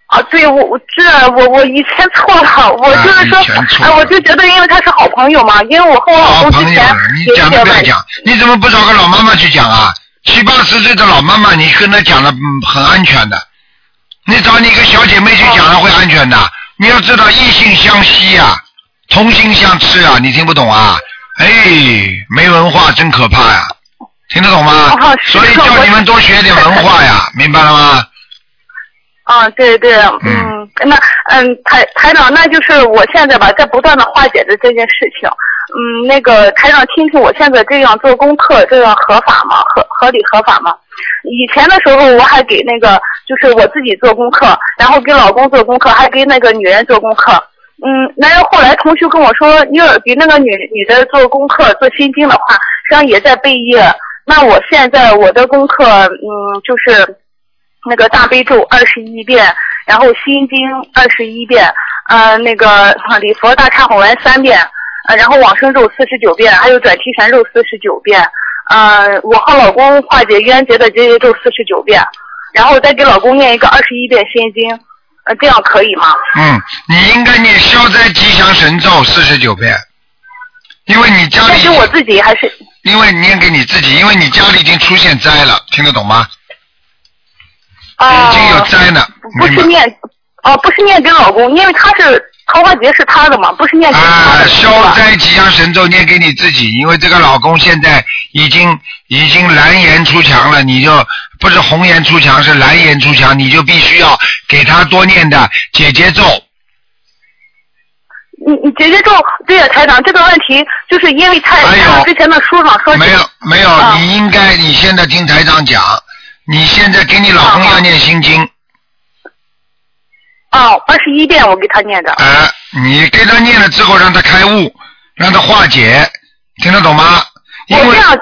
[SPEAKER 4] 啊，对我我这我我以前错了，我
[SPEAKER 2] 啊
[SPEAKER 4] 就是说
[SPEAKER 2] 以前，错
[SPEAKER 4] 哎、
[SPEAKER 2] 了
[SPEAKER 4] 我就觉得因为他是好朋友嘛，因为我哦和我老
[SPEAKER 2] 好
[SPEAKER 4] 公
[SPEAKER 2] 朋
[SPEAKER 4] 之
[SPEAKER 2] 友啊
[SPEAKER 4] 前，
[SPEAKER 2] 你
[SPEAKER 4] 有一
[SPEAKER 2] 讲
[SPEAKER 4] 点
[SPEAKER 2] 都不要
[SPEAKER 4] 问题，
[SPEAKER 2] 讲，你怎么不找个老妈妈去讲啊？七八十岁的老妈妈，你跟她讲了，嗯，很安全的。你找你一个小姐妹去讲了，会安全的。你要知道，异性相吸啊，同心相斥啊，你听不懂啊？哎，没文化真可怕呀、听得懂吗
[SPEAKER 4] 哦？是
[SPEAKER 2] 所以
[SPEAKER 4] 的
[SPEAKER 2] 叫
[SPEAKER 4] 我
[SPEAKER 2] 你们多学点文化呀，明白了吗？
[SPEAKER 4] 啊，对对，嗯，那嗯台台长，那就是我现在吧，在不断的化解着这件事情，嗯，那个台长，听听我现在这样做功课，这样合法吗？合合理合法吗？以前的时候，我还给那个就是我自己做功课，然后给老公做功课，还给那个女人做功课。嗯，然后后来同学跟我说，因为给那个女女的做功课做心经的话，实际上也在背业。那我现在我的功课，嗯，就是那个大悲咒二十一遍，然后心经二十一遍，呃，那个礼佛大忏悔文三遍，呃，然后往生咒四十九遍，还有转提神咒四十九遍，呃，我和老公化解冤结的结节咒四十九遍，然后再给老公念一个二十一遍心经，呃，这样可以吗？
[SPEAKER 2] 嗯，你应该念消灾吉祥神咒四十九遍，因为你家
[SPEAKER 4] 但
[SPEAKER 2] 里
[SPEAKER 4] 是，我自己还是
[SPEAKER 2] 因为你念给你自己，因为你家里已经出现灾了，听得懂吗？
[SPEAKER 4] 啊、
[SPEAKER 2] 已经有灾了，
[SPEAKER 4] 不
[SPEAKER 2] 明白
[SPEAKER 4] 是念，哦、不是念给老公，因为他是桃花劫是他的嘛，不是念给他
[SPEAKER 2] 啊，
[SPEAKER 4] 的。是吧
[SPEAKER 2] 消灾吉祥神咒念给你自己，因为这个老公现在已经已经蓝颜出墙了，你就不是红颜出墙，是蓝颜出墙，你就必须要给他多念的姐姐咒。
[SPEAKER 4] 你你姐姐咒对呀、台长这个问题，就是因为台
[SPEAKER 2] 哎呦
[SPEAKER 4] 台长之前的书上说
[SPEAKER 2] 没有没有，
[SPEAKER 4] 啊
[SPEAKER 2] 你应该你现在听台长讲，你现在给你老公
[SPEAKER 4] 啊
[SPEAKER 2] 要
[SPEAKER 4] 啊
[SPEAKER 2] 念心经。
[SPEAKER 4] 哦，二十一遍我给他念的。
[SPEAKER 2] 啊，你给他念了之后，让他开悟，让他化解，听得懂吗？因
[SPEAKER 4] 我
[SPEAKER 2] 为
[SPEAKER 4] 这样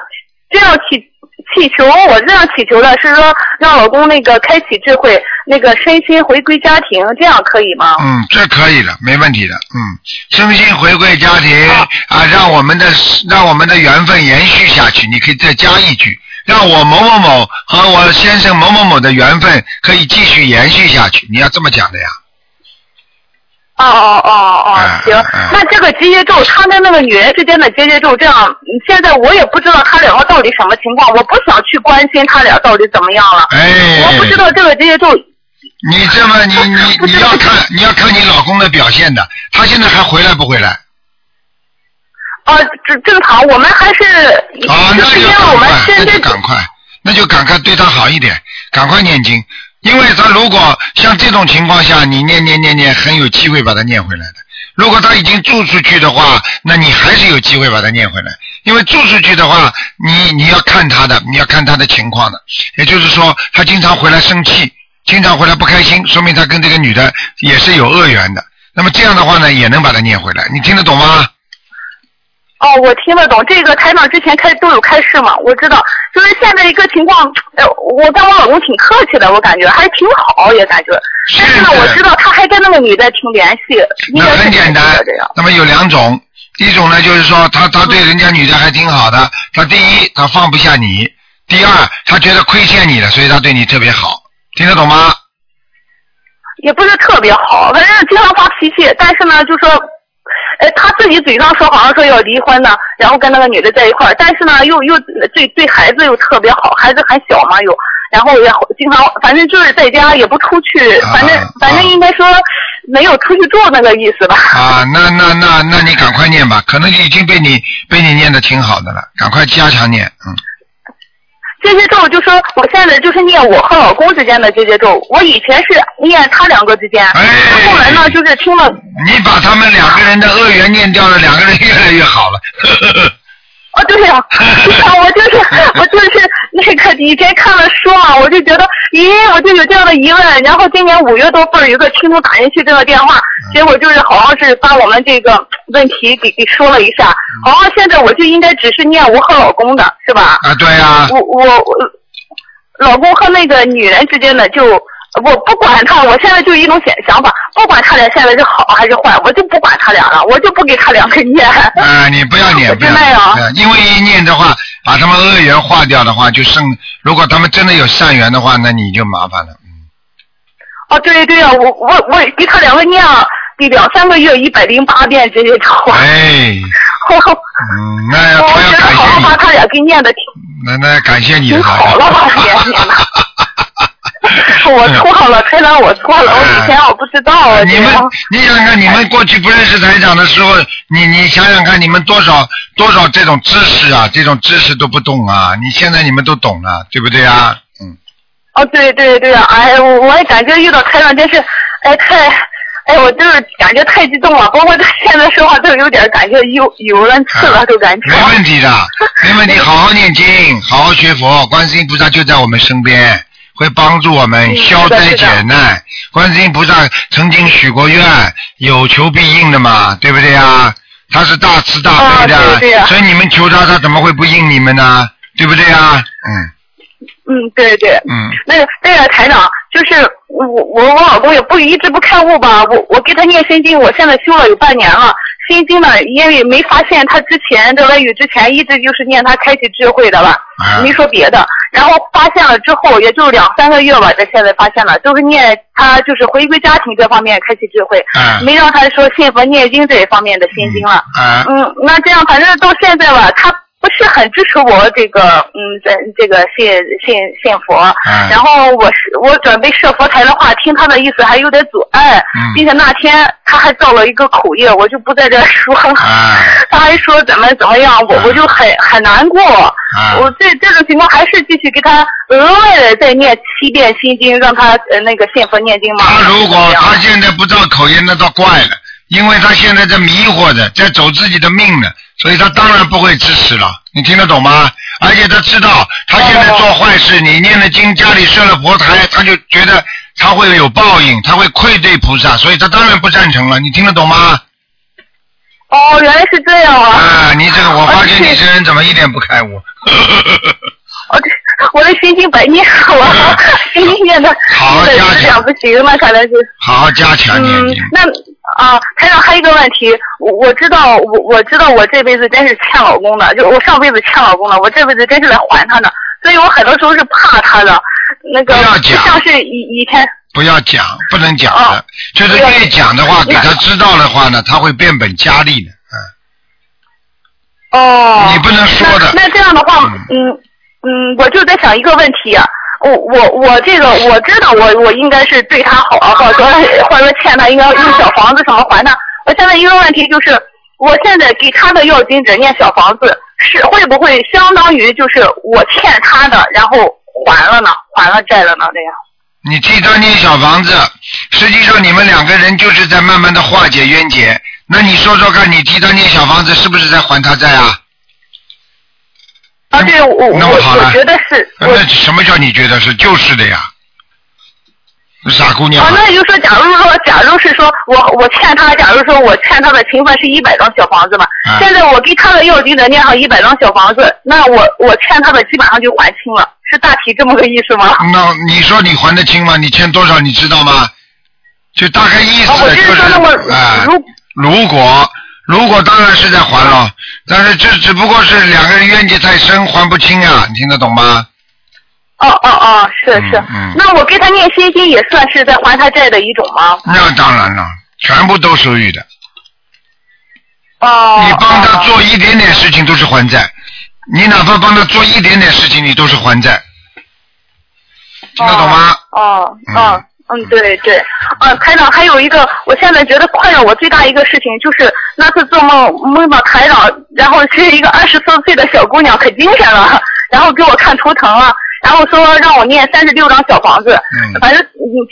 [SPEAKER 4] 这样祈祈求，我这样祈求的是说让老公那个开启智慧，那个身心回归家庭，这样可以吗？
[SPEAKER 2] 嗯，这可以的，没问题的，嗯，身心回归家庭
[SPEAKER 4] 啊
[SPEAKER 2] 啊，让我们的让我们的缘分延续下去。你可以再加一句，让我某某某和我先生某某某的缘分可以继续延续下去。你要这么讲的呀？
[SPEAKER 4] 哦
[SPEAKER 2] 嗯
[SPEAKER 4] 哦哦哦
[SPEAKER 2] 哎，
[SPEAKER 4] 行
[SPEAKER 2] 哎哎，
[SPEAKER 4] 那这个结节咒，他跟那个女人之间的结节咒，这样嗯现在我也不知道他两个到底什么情况，我不想去关心他俩到底怎么样了，
[SPEAKER 2] 哎，
[SPEAKER 4] 我不知道这个结节咒
[SPEAKER 2] 你这么你你你要看你要看你老公的表现的，他现在还回来不回来？
[SPEAKER 4] 呃，正正常，我们还是
[SPEAKER 2] 啊，
[SPEAKER 4] 就
[SPEAKER 2] 那就
[SPEAKER 4] 是因为
[SPEAKER 2] 赶
[SPEAKER 4] 我们
[SPEAKER 2] 快，
[SPEAKER 4] 现
[SPEAKER 2] 那
[SPEAKER 4] 在
[SPEAKER 2] 就赶快，那就赶快对他好一点，赶快念经，因为他如果像这种情况下，你念念念念，很有机会把它念回来的。如果他已经住出去的话，那你还是有机会把它念回来。因为住出去的话，你你要看他的，你要看他的情况的。也就是说，他经常回来生气，经常回来不开心，说明他跟这个女的也是有恶缘的。那么这样的话呢，也能把他念回来。你听得懂吗？
[SPEAKER 4] 哦，我听得懂这个台长之前开都有开示嘛，我知道。就是现在一个情况，呃，我跟我老公挺客气的，我感觉还挺好，也感觉。但是呢，
[SPEAKER 2] 是
[SPEAKER 4] 我知道他还跟那个女的挺联系，应
[SPEAKER 2] 那
[SPEAKER 4] 该
[SPEAKER 2] 很
[SPEAKER 4] 是
[SPEAKER 2] 简
[SPEAKER 4] 联系
[SPEAKER 2] 单
[SPEAKER 4] 的这样。。嗯
[SPEAKER 2] 那么有两种，一种呢就是说他他对人家女的还挺好的，他第一他放不下你，第二他觉得亏欠你了，所以他对你特别好，听得懂吗？
[SPEAKER 4] 也不是特别好，反正经常发脾气。但是呢，就说，呃，他自己嘴上说好像说要离婚呢，然后跟那个女的在一块儿，但是呢，又又对对孩子又特别好，孩子还小嘛又，然后也经常，反正就是在家也不出去，
[SPEAKER 2] 啊
[SPEAKER 4] 反正反正应该说没有出去住那个意思吧。
[SPEAKER 2] 啊，那那那那你赶快念吧，可能已经被你被你念的挺好的了，赶快加强念，嗯。
[SPEAKER 4] 这些咒就说我现在就是念我和老公之间的这些咒，我以前是念他两个之间，
[SPEAKER 2] 哎
[SPEAKER 4] 后来呢就是听了。
[SPEAKER 2] 你把他们两个人的恶缘念掉了，两个人越来越好了。
[SPEAKER 4] 哦，对呀、我就是我就是那个以前看了书嘛，我就觉得，咦，我就有这样的疑问。然后今年五月多份儿有个听众打进去这个电话，结果就是好像是把我们这个问题给给说了一下，好像现在我就应该只是念我和老公的，是吧？
[SPEAKER 2] 啊，对呀、
[SPEAKER 4] 我我我，老公和那个女人之间的就。我不管他，我现在就一种想想法，不管他俩现在是好还是坏，我就不管他俩了，我就不给他两个念。
[SPEAKER 2] 啊，你不要念，
[SPEAKER 4] 我
[SPEAKER 2] 不要
[SPEAKER 4] 真的
[SPEAKER 2] 念，
[SPEAKER 4] 有
[SPEAKER 2] 对因为一念的话，把他们恶缘化掉的话，就剩如果他们真的有善缘的话，那你就麻烦了。
[SPEAKER 4] 哦，对对啊，我我我给他两个念了两三个月一百零八遍这些咒，
[SPEAKER 2] 哎，
[SPEAKER 4] 我
[SPEAKER 2] 嗯，那要
[SPEAKER 4] 我
[SPEAKER 2] 他要
[SPEAKER 4] 觉得
[SPEAKER 2] 感
[SPEAKER 4] 好
[SPEAKER 2] 谢
[SPEAKER 4] 像把
[SPEAKER 2] 你，
[SPEAKER 4] 他俩给念的挺
[SPEAKER 2] 那那感谢你
[SPEAKER 4] 挺
[SPEAKER 2] 的好
[SPEAKER 4] 好了吧，也念的。我错了，台长，我错了，我以前我不知道啊，
[SPEAKER 2] 哎你
[SPEAKER 4] 这
[SPEAKER 2] 们
[SPEAKER 4] 样，
[SPEAKER 2] 你想想看，你们过去不认识台长的时候，你你想想看，你们多少多少这种知识啊，这种知识都不懂啊，你现在你们都懂了，对不对啊？嗯，
[SPEAKER 4] 哦，对对对啊，哎，我我也感觉遇到台长真是，哎太，哎我就是感觉太激动了，包括他现在说话都有点感觉有有人刺了，都感觉。
[SPEAKER 2] 哎没问题的， 没问题，好好念经，好好学佛，观世音菩萨就在我们身边，会帮助我们
[SPEAKER 4] 嗯
[SPEAKER 2] 消灾
[SPEAKER 4] 是的是的
[SPEAKER 2] 解难。观世音菩萨曾经许过愿，有求必应的嘛，对不对啊？他是大慈大悲的，
[SPEAKER 4] 啊对对啊
[SPEAKER 2] 所以你们求他，他怎么会不应你们呢？对不对啊？
[SPEAKER 4] 嗯，对对。
[SPEAKER 2] 嗯嗯。
[SPEAKER 4] 那个那个台长，就是我我我老公也不一直不开悟吧，我我给他念心经，我现在修了有半年了。心经呢，因为没发现他之前在外语之前一直就是念他开启智慧的吧，
[SPEAKER 2] 啊
[SPEAKER 4] 没说别的。然后发现了之后，也就两三个月吧，这现在发现了，就是念他就是回归家庭这方面开启智慧，
[SPEAKER 2] 啊
[SPEAKER 4] 没让他说信佛念经这一方面的心经了。
[SPEAKER 2] 啊
[SPEAKER 4] 嗯，那这样反正到现在吧，他不是很支持我这个嗯，在这个信信信佛。
[SPEAKER 2] 啊
[SPEAKER 4] 然后我是我准备设佛台的话，听他的意思还有点阻碍，
[SPEAKER 2] 嗯
[SPEAKER 4] 并且那天他还造了一个口业，我就不在这儿说 了。
[SPEAKER 2] 啊
[SPEAKER 4] 他还说怎么怎么样，我
[SPEAKER 2] 啊
[SPEAKER 4] 我就很很难过。
[SPEAKER 2] 啊
[SPEAKER 4] 我这这种情况还是继续给他额外的再念七遍心经，让他呃那个信佛念经嘛。
[SPEAKER 2] 他如果
[SPEAKER 4] 这样
[SPEAKER 2] 他现在不造口业，那倒怪了，因为他现在在迷惑着，在走自己的命呢，所以他当然不会支持了。你听得懂吗？而且他知道，他现在做坏事，你念了经，家里设了佛台，他就觉得他会有报应，他会愧对菩萨，所以他当然不赞成了。你听得懂吗？
[SPEAKER 4] 哦，原来是这样啊。
[SPEAKER 2] 啊，你这个我发现
[SPEAKER 4] 而且
[SPEAKER 2] 你这人怎么一点不开悟？
[SPEAKER 4] 我这我的心经白念了， 心经念的
[SPEAKER 2] 嗯好
[SPEAKER 4] 念
[SPEAKER 2] 加
[SPEAKER 4] 的质量
[SPEAKER 2] 强
[SPEAKER 4] 不行了，看来是。
[SPEAKER 2] 好好加强念
[SPEAKER 4] 嗯
[SPEAKER 2] 经。，
[SPEAKER 4] 那啊，台长还有一个问题，我我知道，我我知道我这辈子真是欠老公的，就我上辈子欠老公的，我这辈子真是来还他的，所以我很多时候是怕他的，那个
[SPEAKER 2] 不要
[SPEAKER 4] 不
[SPEAKER 2] 讲
[SPEAKER 4] 像是以以前
[SPEAKER 2] 不要讲，不能讲的，
[SPEAKER 4] 哦
[SPEAKER 2] 就是
[SPEAKER 4] 不要
[SPEAKER 2] 越讲的话，
[SPEAKER 4] 那
[SPEAKER 2] 给他知道的话呢，他会变本加厉的。
[SPEAKER 4] 哦，
[SPEAKER 2] 你不能说的
[SPEAKER 4] 那那这样的话，嗯嗯，我就在想一个问题、啊。我我我这个我知道我我应该是对他好，啊或者说或者说欠他应该用小房子什么还他。我现在一个问题就是，我现在给他的要金者念小房子，是会不会相当于就是我欠他的，然后还了呢，还了债了呢？这样。
[SPEAKER 2] 你替他念小房子，实际上你们两个人就是在慢慢的化解冤结。那你说说看，你替他念小房子是不是在还他债啊？
[SPEAKER 4] 啊，对，我我
[SPEAKER 2] 那么好了
[SPEAKER 4] 我觉得是我
[SPEAKER 2] 那什么叫你觉得是？就是的呀，傻姑娘
[SPEAKER 4] 哦，
[SPEAKER 2] 啊，
[SPEAKER 4] 那也就是说，假如说，假如是说我我欠他，假如说我欠他的情分是一百张小房子嘛，
[SPEAKER 2] 啊
[SPEAKER 4] 现在我给他的幼儿园念上一百张小房子，那我我欠他的基本上就还清了，是大体这么个意思吗？
[SPEAKER 2] 那你说你还得清吗？你欠多少你知道吗？就大概意
[SPEAKER 4] 啊，我
[SPEAKER 2] 思嗯
[SPEAKER 4] 就
[SPEAKER 2] 就是是
[SPEAKER 4] 说，那么
[SPEAKER 2] 啊，
[SPEAKER 4] 如
[SPEAKER 2] 如果如果当然是在还了，但是这只不过是两个人冤结太深还不清啊，你听得懂吗？
[SPEAKER 4] 哦哦哦，是
[SPEAKER 2] 嗯
[SPEAKER 4] 是
[SPEAKER 2] 嗯，
[SPEAKER 4] 那我给他念心经也算是在还他债的一种吗？
[SPEAKER 2] 那当然了，全部都属于的。
[SPEAKER 4] 哦，
[SPEAKER 2] 你帮他
[SPEAKER 4] 哦
[SPEAKER 2] 做一点点事情都是还债，你哪怕帮他做一点点事情，你都是还债，听得懂吗？
[SPEAKER 4] 哦
[SPEAKER 2] 嗯
[SPEAKER 4] 哦，嗯，对对，啊，台长，还有一个，我现在觉得困扰我最大一个事情就是那次做梦梦到台长，然后是一个二十四岁的小姑娘，可精神了，然后给我看图腾了。然后说让我念三十六张小房子，
[SPEAKER 2] 嗯
[SPEAKER 4] 反正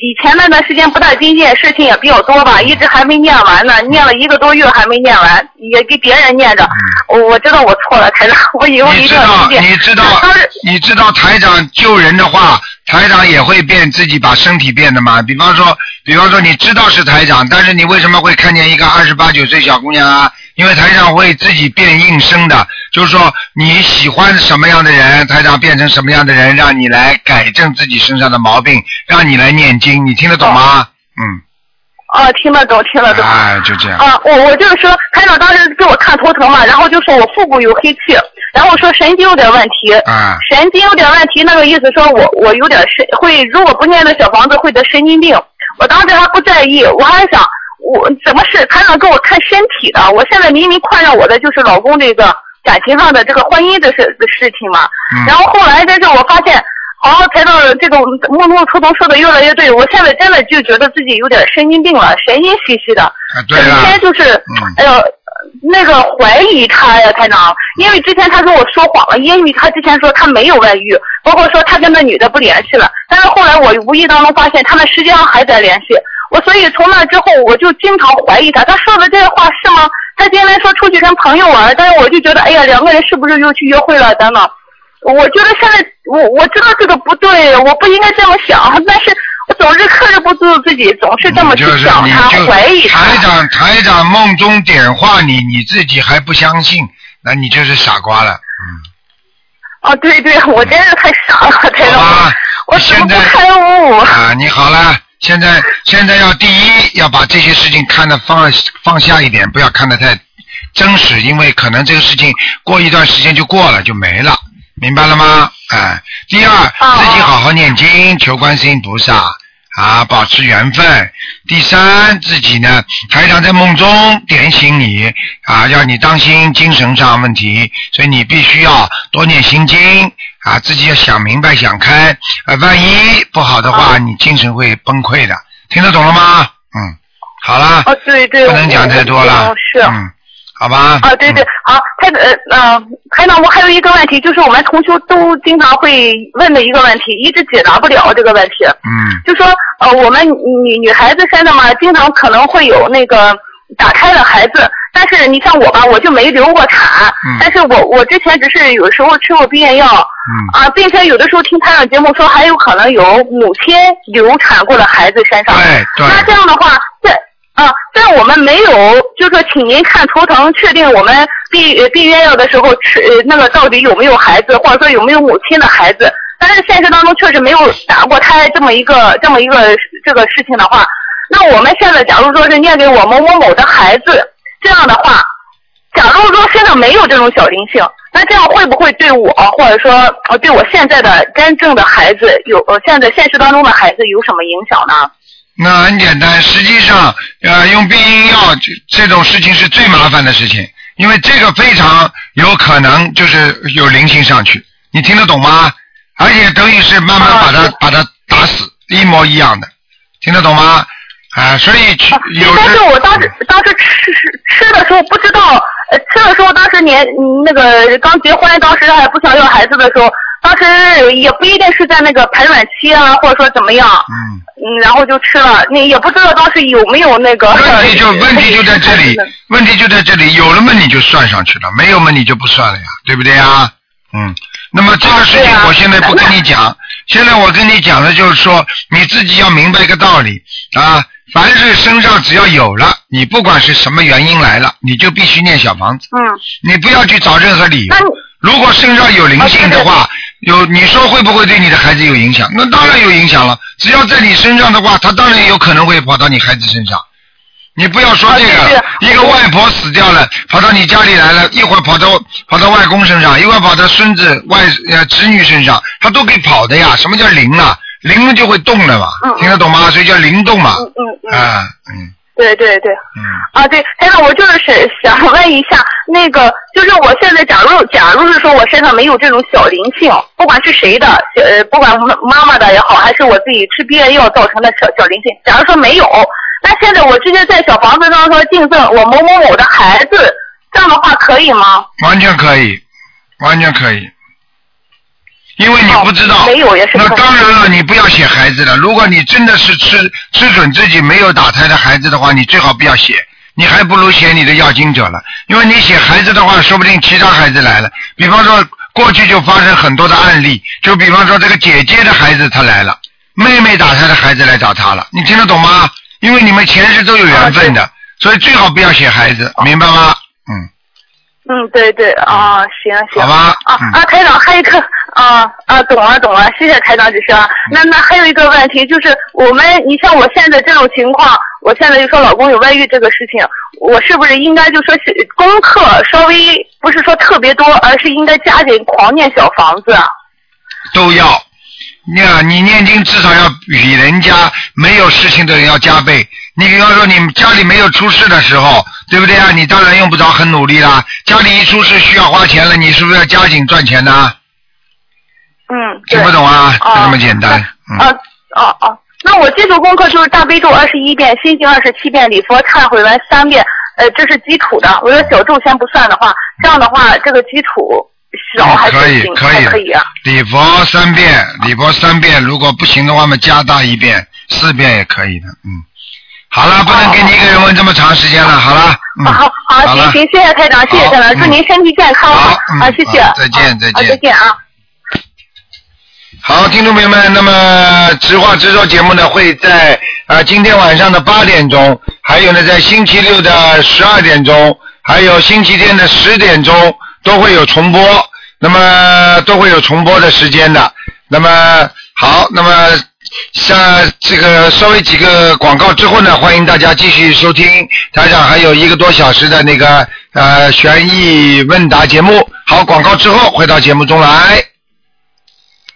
[SPEAKER 4] 以前那段时间不太精进，事情也比较多吧，一直还没念完呢，念了一个多月还没念完，也给别人念着。我我知道我错了，台长，我以后
[SPEAKER 2] 嗯你
[SPEAKER 4] 一
[SPEAKER 2] 知
[SPEAKER 4] 定要
[SPEAKER 2] 道
[SPEAKER 4] 精，进。
[SPEAKER 2] 你知道
[SPEAKER 4] 当时，
[SPEAKER 2] 你知道台长救人的话，台长也会变自己把身体变的嘛。比方说，比方说你知道是台长，但是你为什么会看见一个二十八九岁小姑娘啊？因为台长会自己变应声的，就是说你喜欢什么样的人，台长变成什么样的人，让你来改正自己身上的毛病，让你来念经，你听得懂吗？嗯，
[SPEAKER 4] 哦，听得懂，听得懂。
[SPEAKER 2] 哎，就这样。
[SPEAKER 4] 啊，我我就是说，台长当时给我看头疼嘛，然后就说我腹部有黑气，然后说神经有点问题，
[SPEAKER 2] 啊，
[SPEAKER 4] 神经有点问题，那个意思说我我有点神会，如果不念这小房子会得神经病。我当时还不在意，我还想我怎么是台长给我看身体的？我现在明明困扰我的就是老公这个感情上的这个婚姻的事的事情嘛。
[SPEAKER 2] 嗯，
[SPEAKER 4] 然后后来，但是我发现，哦，台长这种木木头头说的越来越对，我现在真的就觉得自己有点神经病了，神经兮兮的。
[SPEAKER 2] 啊对
[SPEAKER 4] 整
[SPEAKER 2] 了。
[SPEAKER 4] 天就是
[SPEAKER 2] 嗯，
[SPEAKER 4] 哎呦，那个怀疑他呀，台长，因为之前他跟我说谎了，因为他之前说他没有外遇，包括说他跟那女的不联系了，但是后来我无意当中发现他们实际上还在联系，我所以从那之后我就经常怀疑他，他说的这些话是吗？他今天说出去跟朋友玩，但是我就觉得，哎呀，两个人是不是又去约会了等等。我觉得现在我我知道这个不对，我不应该这么想，但是我总是克制不住自己，总是这么去
[SPEAKER 2] 你就是
[SPEAKER 4] 想
[SPEAKER 2] 你
[SPEAKER 4] 他，
[SPEAKER 2] 就
[SPEAKER 4] 怀疑他。
[SPEAKER 2] 台长台长梦中点化你，你自己还不相信，那你就是傻瓜了。
[SPEAKER 4] 哦，对对，我真是太傻了，台
[SPEAKER 2] 嗯好吧
[SPEAKER 4] 长，我怎么
[SPEAKER 2] 现
[SPEAKER 4] 不
[SPEAKER 2] 在
[SPEAKER 4] 开悟？
[SPEAKER 2] 啊，你好了，现在现在要第一要把这些事情看得放放下一点，不要看得太真实，因为可能这个事情过一段时间就过了，就没了，明白了吗？哎、第二，
[SPEAKER 4] 哦
[SPEAKER 2] 自己好好念经，求观世音菩萨啊，保持缘分。第三，自己呢，台长在梦中点醒你啊，要你当心精神上问题，所以你必须要多念心经啊，自己要想明白想开，啊，万一不好的话，你精神会崩溃的，听得懂了吗？嗯，好了，
[SPEAKER 4] 哦，对对，
[SPEAKER 2] 不能讲太多了
[SPEAKER 4] 哦，是。
[SPEAKER 2] 嗯，好吧。
[SPEAKER 4] 啊，对对，好，台呃呃，台长，我还有一个问题，就是我们同修都经常会问的一个问题，一直解答不了这个问题。
[SPEAKER 2] 嗯，
[SPEAKER 4] 就说呃，我们女女孩子现在嘛，经常可能会有那个打胎的孩子，但是你像我吧，我就没流过产，
[SPEAKER 2] 嗯
[SPEAKER 4] 但是我我之前只是有时候吃过避孕药，
[SPEAKER 2] 嗯
[SPEAKER 4] 啊，并且有的时候听他的节目说，还有可能有母亲流产过的孩子身上。
[SPEAKER 2] 对对
[SPEAKER 4] 那这样的话，在啊，在我们没有，就是说，请您看图腾，确定我们避呃避孕药的时候吃呃那个到底有没有孩子，或者说有没有母亲的孩子。但是现实当中确实没有打过胎这么一个 这么一个这个事情的话，那我们现在假如说是念给我某某某的孩子，这样的话，假如说身上没有这种小灵性，那这样会不会对我，或者说呃对我现在的真正的孩子有，呃现在现实当中的孩子有什么影响呢？
[SPEAKER 2] 那很简单，实际上，呃，用避孕药这这种事情是最麻烦的事情，因为这个非常有可能就是有灵性上去，你听得懂吗？而且等于是慢慢把
[SPEAKER 4] 啊
[SPEAKER 2] 它、把它打死，一模一样的，听得懂吗？啊，所以去有
[SPEAKER 4] 但
[SPEAKER 2] 时
[SPEAKER 4] 是我当时当时吃吃的时候不知道，呃吃的时候当时年嗯那个刚结婚，当时还不想要孩子的时候，当时也不一定是在那个排卵期啊，或者说怎么样，
[SPEAKER 2] 嗯。
[SPEAKER 4] 嗯，然后就吃了，你也不知道当时有没有那个。，
[SPEAKER 2] 问题就问题就在这里问题就在这里，有了嘛你就算上去了，没有嘛你就不算了呀，对不对呀？嗯，嗯，那么这个事情我现在不跟你讲，现在我跟你讲的就是说，你自己要明白一个道理啊，凡是身上只要有了，你不管是什么原因来了，你就必须念小房子，
[SPEAKER 4] 嗯，
[SPEAKER 2] 你不要去找任何理由
[SPEAKER 4] 那你。啊
[SPEAKER 2] 如果身上有灵性的话，有你说会不会对你的孩子有影响？那当然有影响了，只要在你身上的话，他当然有可能会跑到你孩子身上。你不要说这个了
[SPEAKER 4] 啊，
[SPEAKER 2] 一个外婆死掉了，跑到你家里来了，一会儿跑到跑到外公身上，一会儿跑到孙子外呃侄女身上，他都给跑的呀。什么叫灵啊？灵就会动了嘛，
[SPEAKER 4] 嗯
[SPEAKER 2] 听得懂吗？所以叫灵动嘛。
[SPEAKER 4] 嗯嗯嗯，
[SPEAKER 2] 啊，嗯
[SPEAKER 4] 对对对，
[SPEAKER 2] 嗯，
[SPEAKER 4] 啊，对，但是我就是想想问一下，那个就是我现在假如假如是说我身上没有这种小灵性，不管是谁的，呃，不管妈妈妈的也好，还是我自己吃避孕药造成的小小灵性，假如说没有，那现在我直接在小房子上说敬赠我某某某的孩子，这样的话可以吗？
[SPEAKER 2] 完全可以，完全可以，因为你
[SPEAKER 4] 哦
[SPEAKER 2] 不知道。
[SPEAKER 4] 没有也是
[SPEAKER 2] 那
[SPEAKER 4] 可以
[SPEAKER 2] 当然了，你不要写孩子了。如果你真的是吃吃准自己没有打胎的孩子的话，你最好不要写，你还不如写你的要经者了。因为你写孩子的话，说不定其他孩子来了。比方说，过去就发生很多的案例，就比方说这个姐姐的孩子他来了，妹妹打胎的孩子来找他了，你听得懂吗？因为你们前世都有缘分
[SPEAKER 4] 啊
[SPEAKER 2] 的，所以最好不要写孩子，明白吗？嗯，
[SPEAKER 4] 嗯，对对，啊，行行，
[SPEAKER 2] 好吧
[SPEAKER 4] 啊
[SPEAKER 2] 嗯
[SPEAKER 4] 啊，台长，还有一个，啊啊，懂了懂了，谢谢台长指示啊。那那还有一个问题就是，我们你像我现在这种情况，我现在就说老公有外遇这个事情，我是不是应该就说是功课稍微不是说特别多，而是应该加紧狂念小房子啊？
[SPEAKER 2] 都要。你啊，你念经至少要比人家没有事情的人要加倍。你比方说，你家里没有出事的时候，对不对啊？你当然用不着很努力啦。家里一出事需要花钱了，你是不是要加紧赚钱呢？
[SPEAKER 4] 嗯，对
[SPEAKER 2] 听不懂啊，就
[SPEAKER 4] 哦
[SPEAKER 2] 这么简单。嗯，
[SPEAKER 4] 啊啊啊！那我基础功课就是大悲咒二十一遍，心经二十七遍，礼佛忏悔文三遍，呃，这是基础的。我说小咒先不算的话，这样的话这个基础少
[SPEAKER 2] 嗯
[SPEAKER 4] 还
[SPEAKER 2] 可
[SPEAKER 4] 是
[SPEAKER 2] 以
[SPEAKER 4] 挺
[SPEAKER 2] 可以
[SPEAKER 4] 还可以啊？
[SPEAKER 2] 礼佛三遍，礼佛三遍，如果不行的话嘛，加大一遍，四遍也可以的。嗯，好了，不能给你一个人问这么长时间了。好了，嗯，
[SPEAKER 4] 啊好好，
[SPEAKER 2] 好了
[SPEAKER 4] 行行，谢谢台长，谢谢
[SPEAKER 2] 好
[SPEAKER 4] 台长，祝
[SPEAKER 2] 嗯
[SPEAKER 4] 您身体健康
[SPEAKER 2] 好嗯
[SPEAKER 4] 啊！谢谢
[SPEAKER 2] 好，再见再
[SPEAKER 4] 啊
[SPEAKER 2] 见
[SPEAKER 4] 再见啊！
[SPEAKER 2] 好，听众朋友们，那么直话直说节目呢会在啊、呃今天晚上的八点钟，还有呢在星期六的十二点钟，还有星期天的十点钟都会有重播，那么都会有重播的时间的。那么好，那么像这个稍微几个广告之后呢，欢迎大家继续收听台长还有一个多小时的那个呃悬疑问答节目。好，广告之后回到节目中来。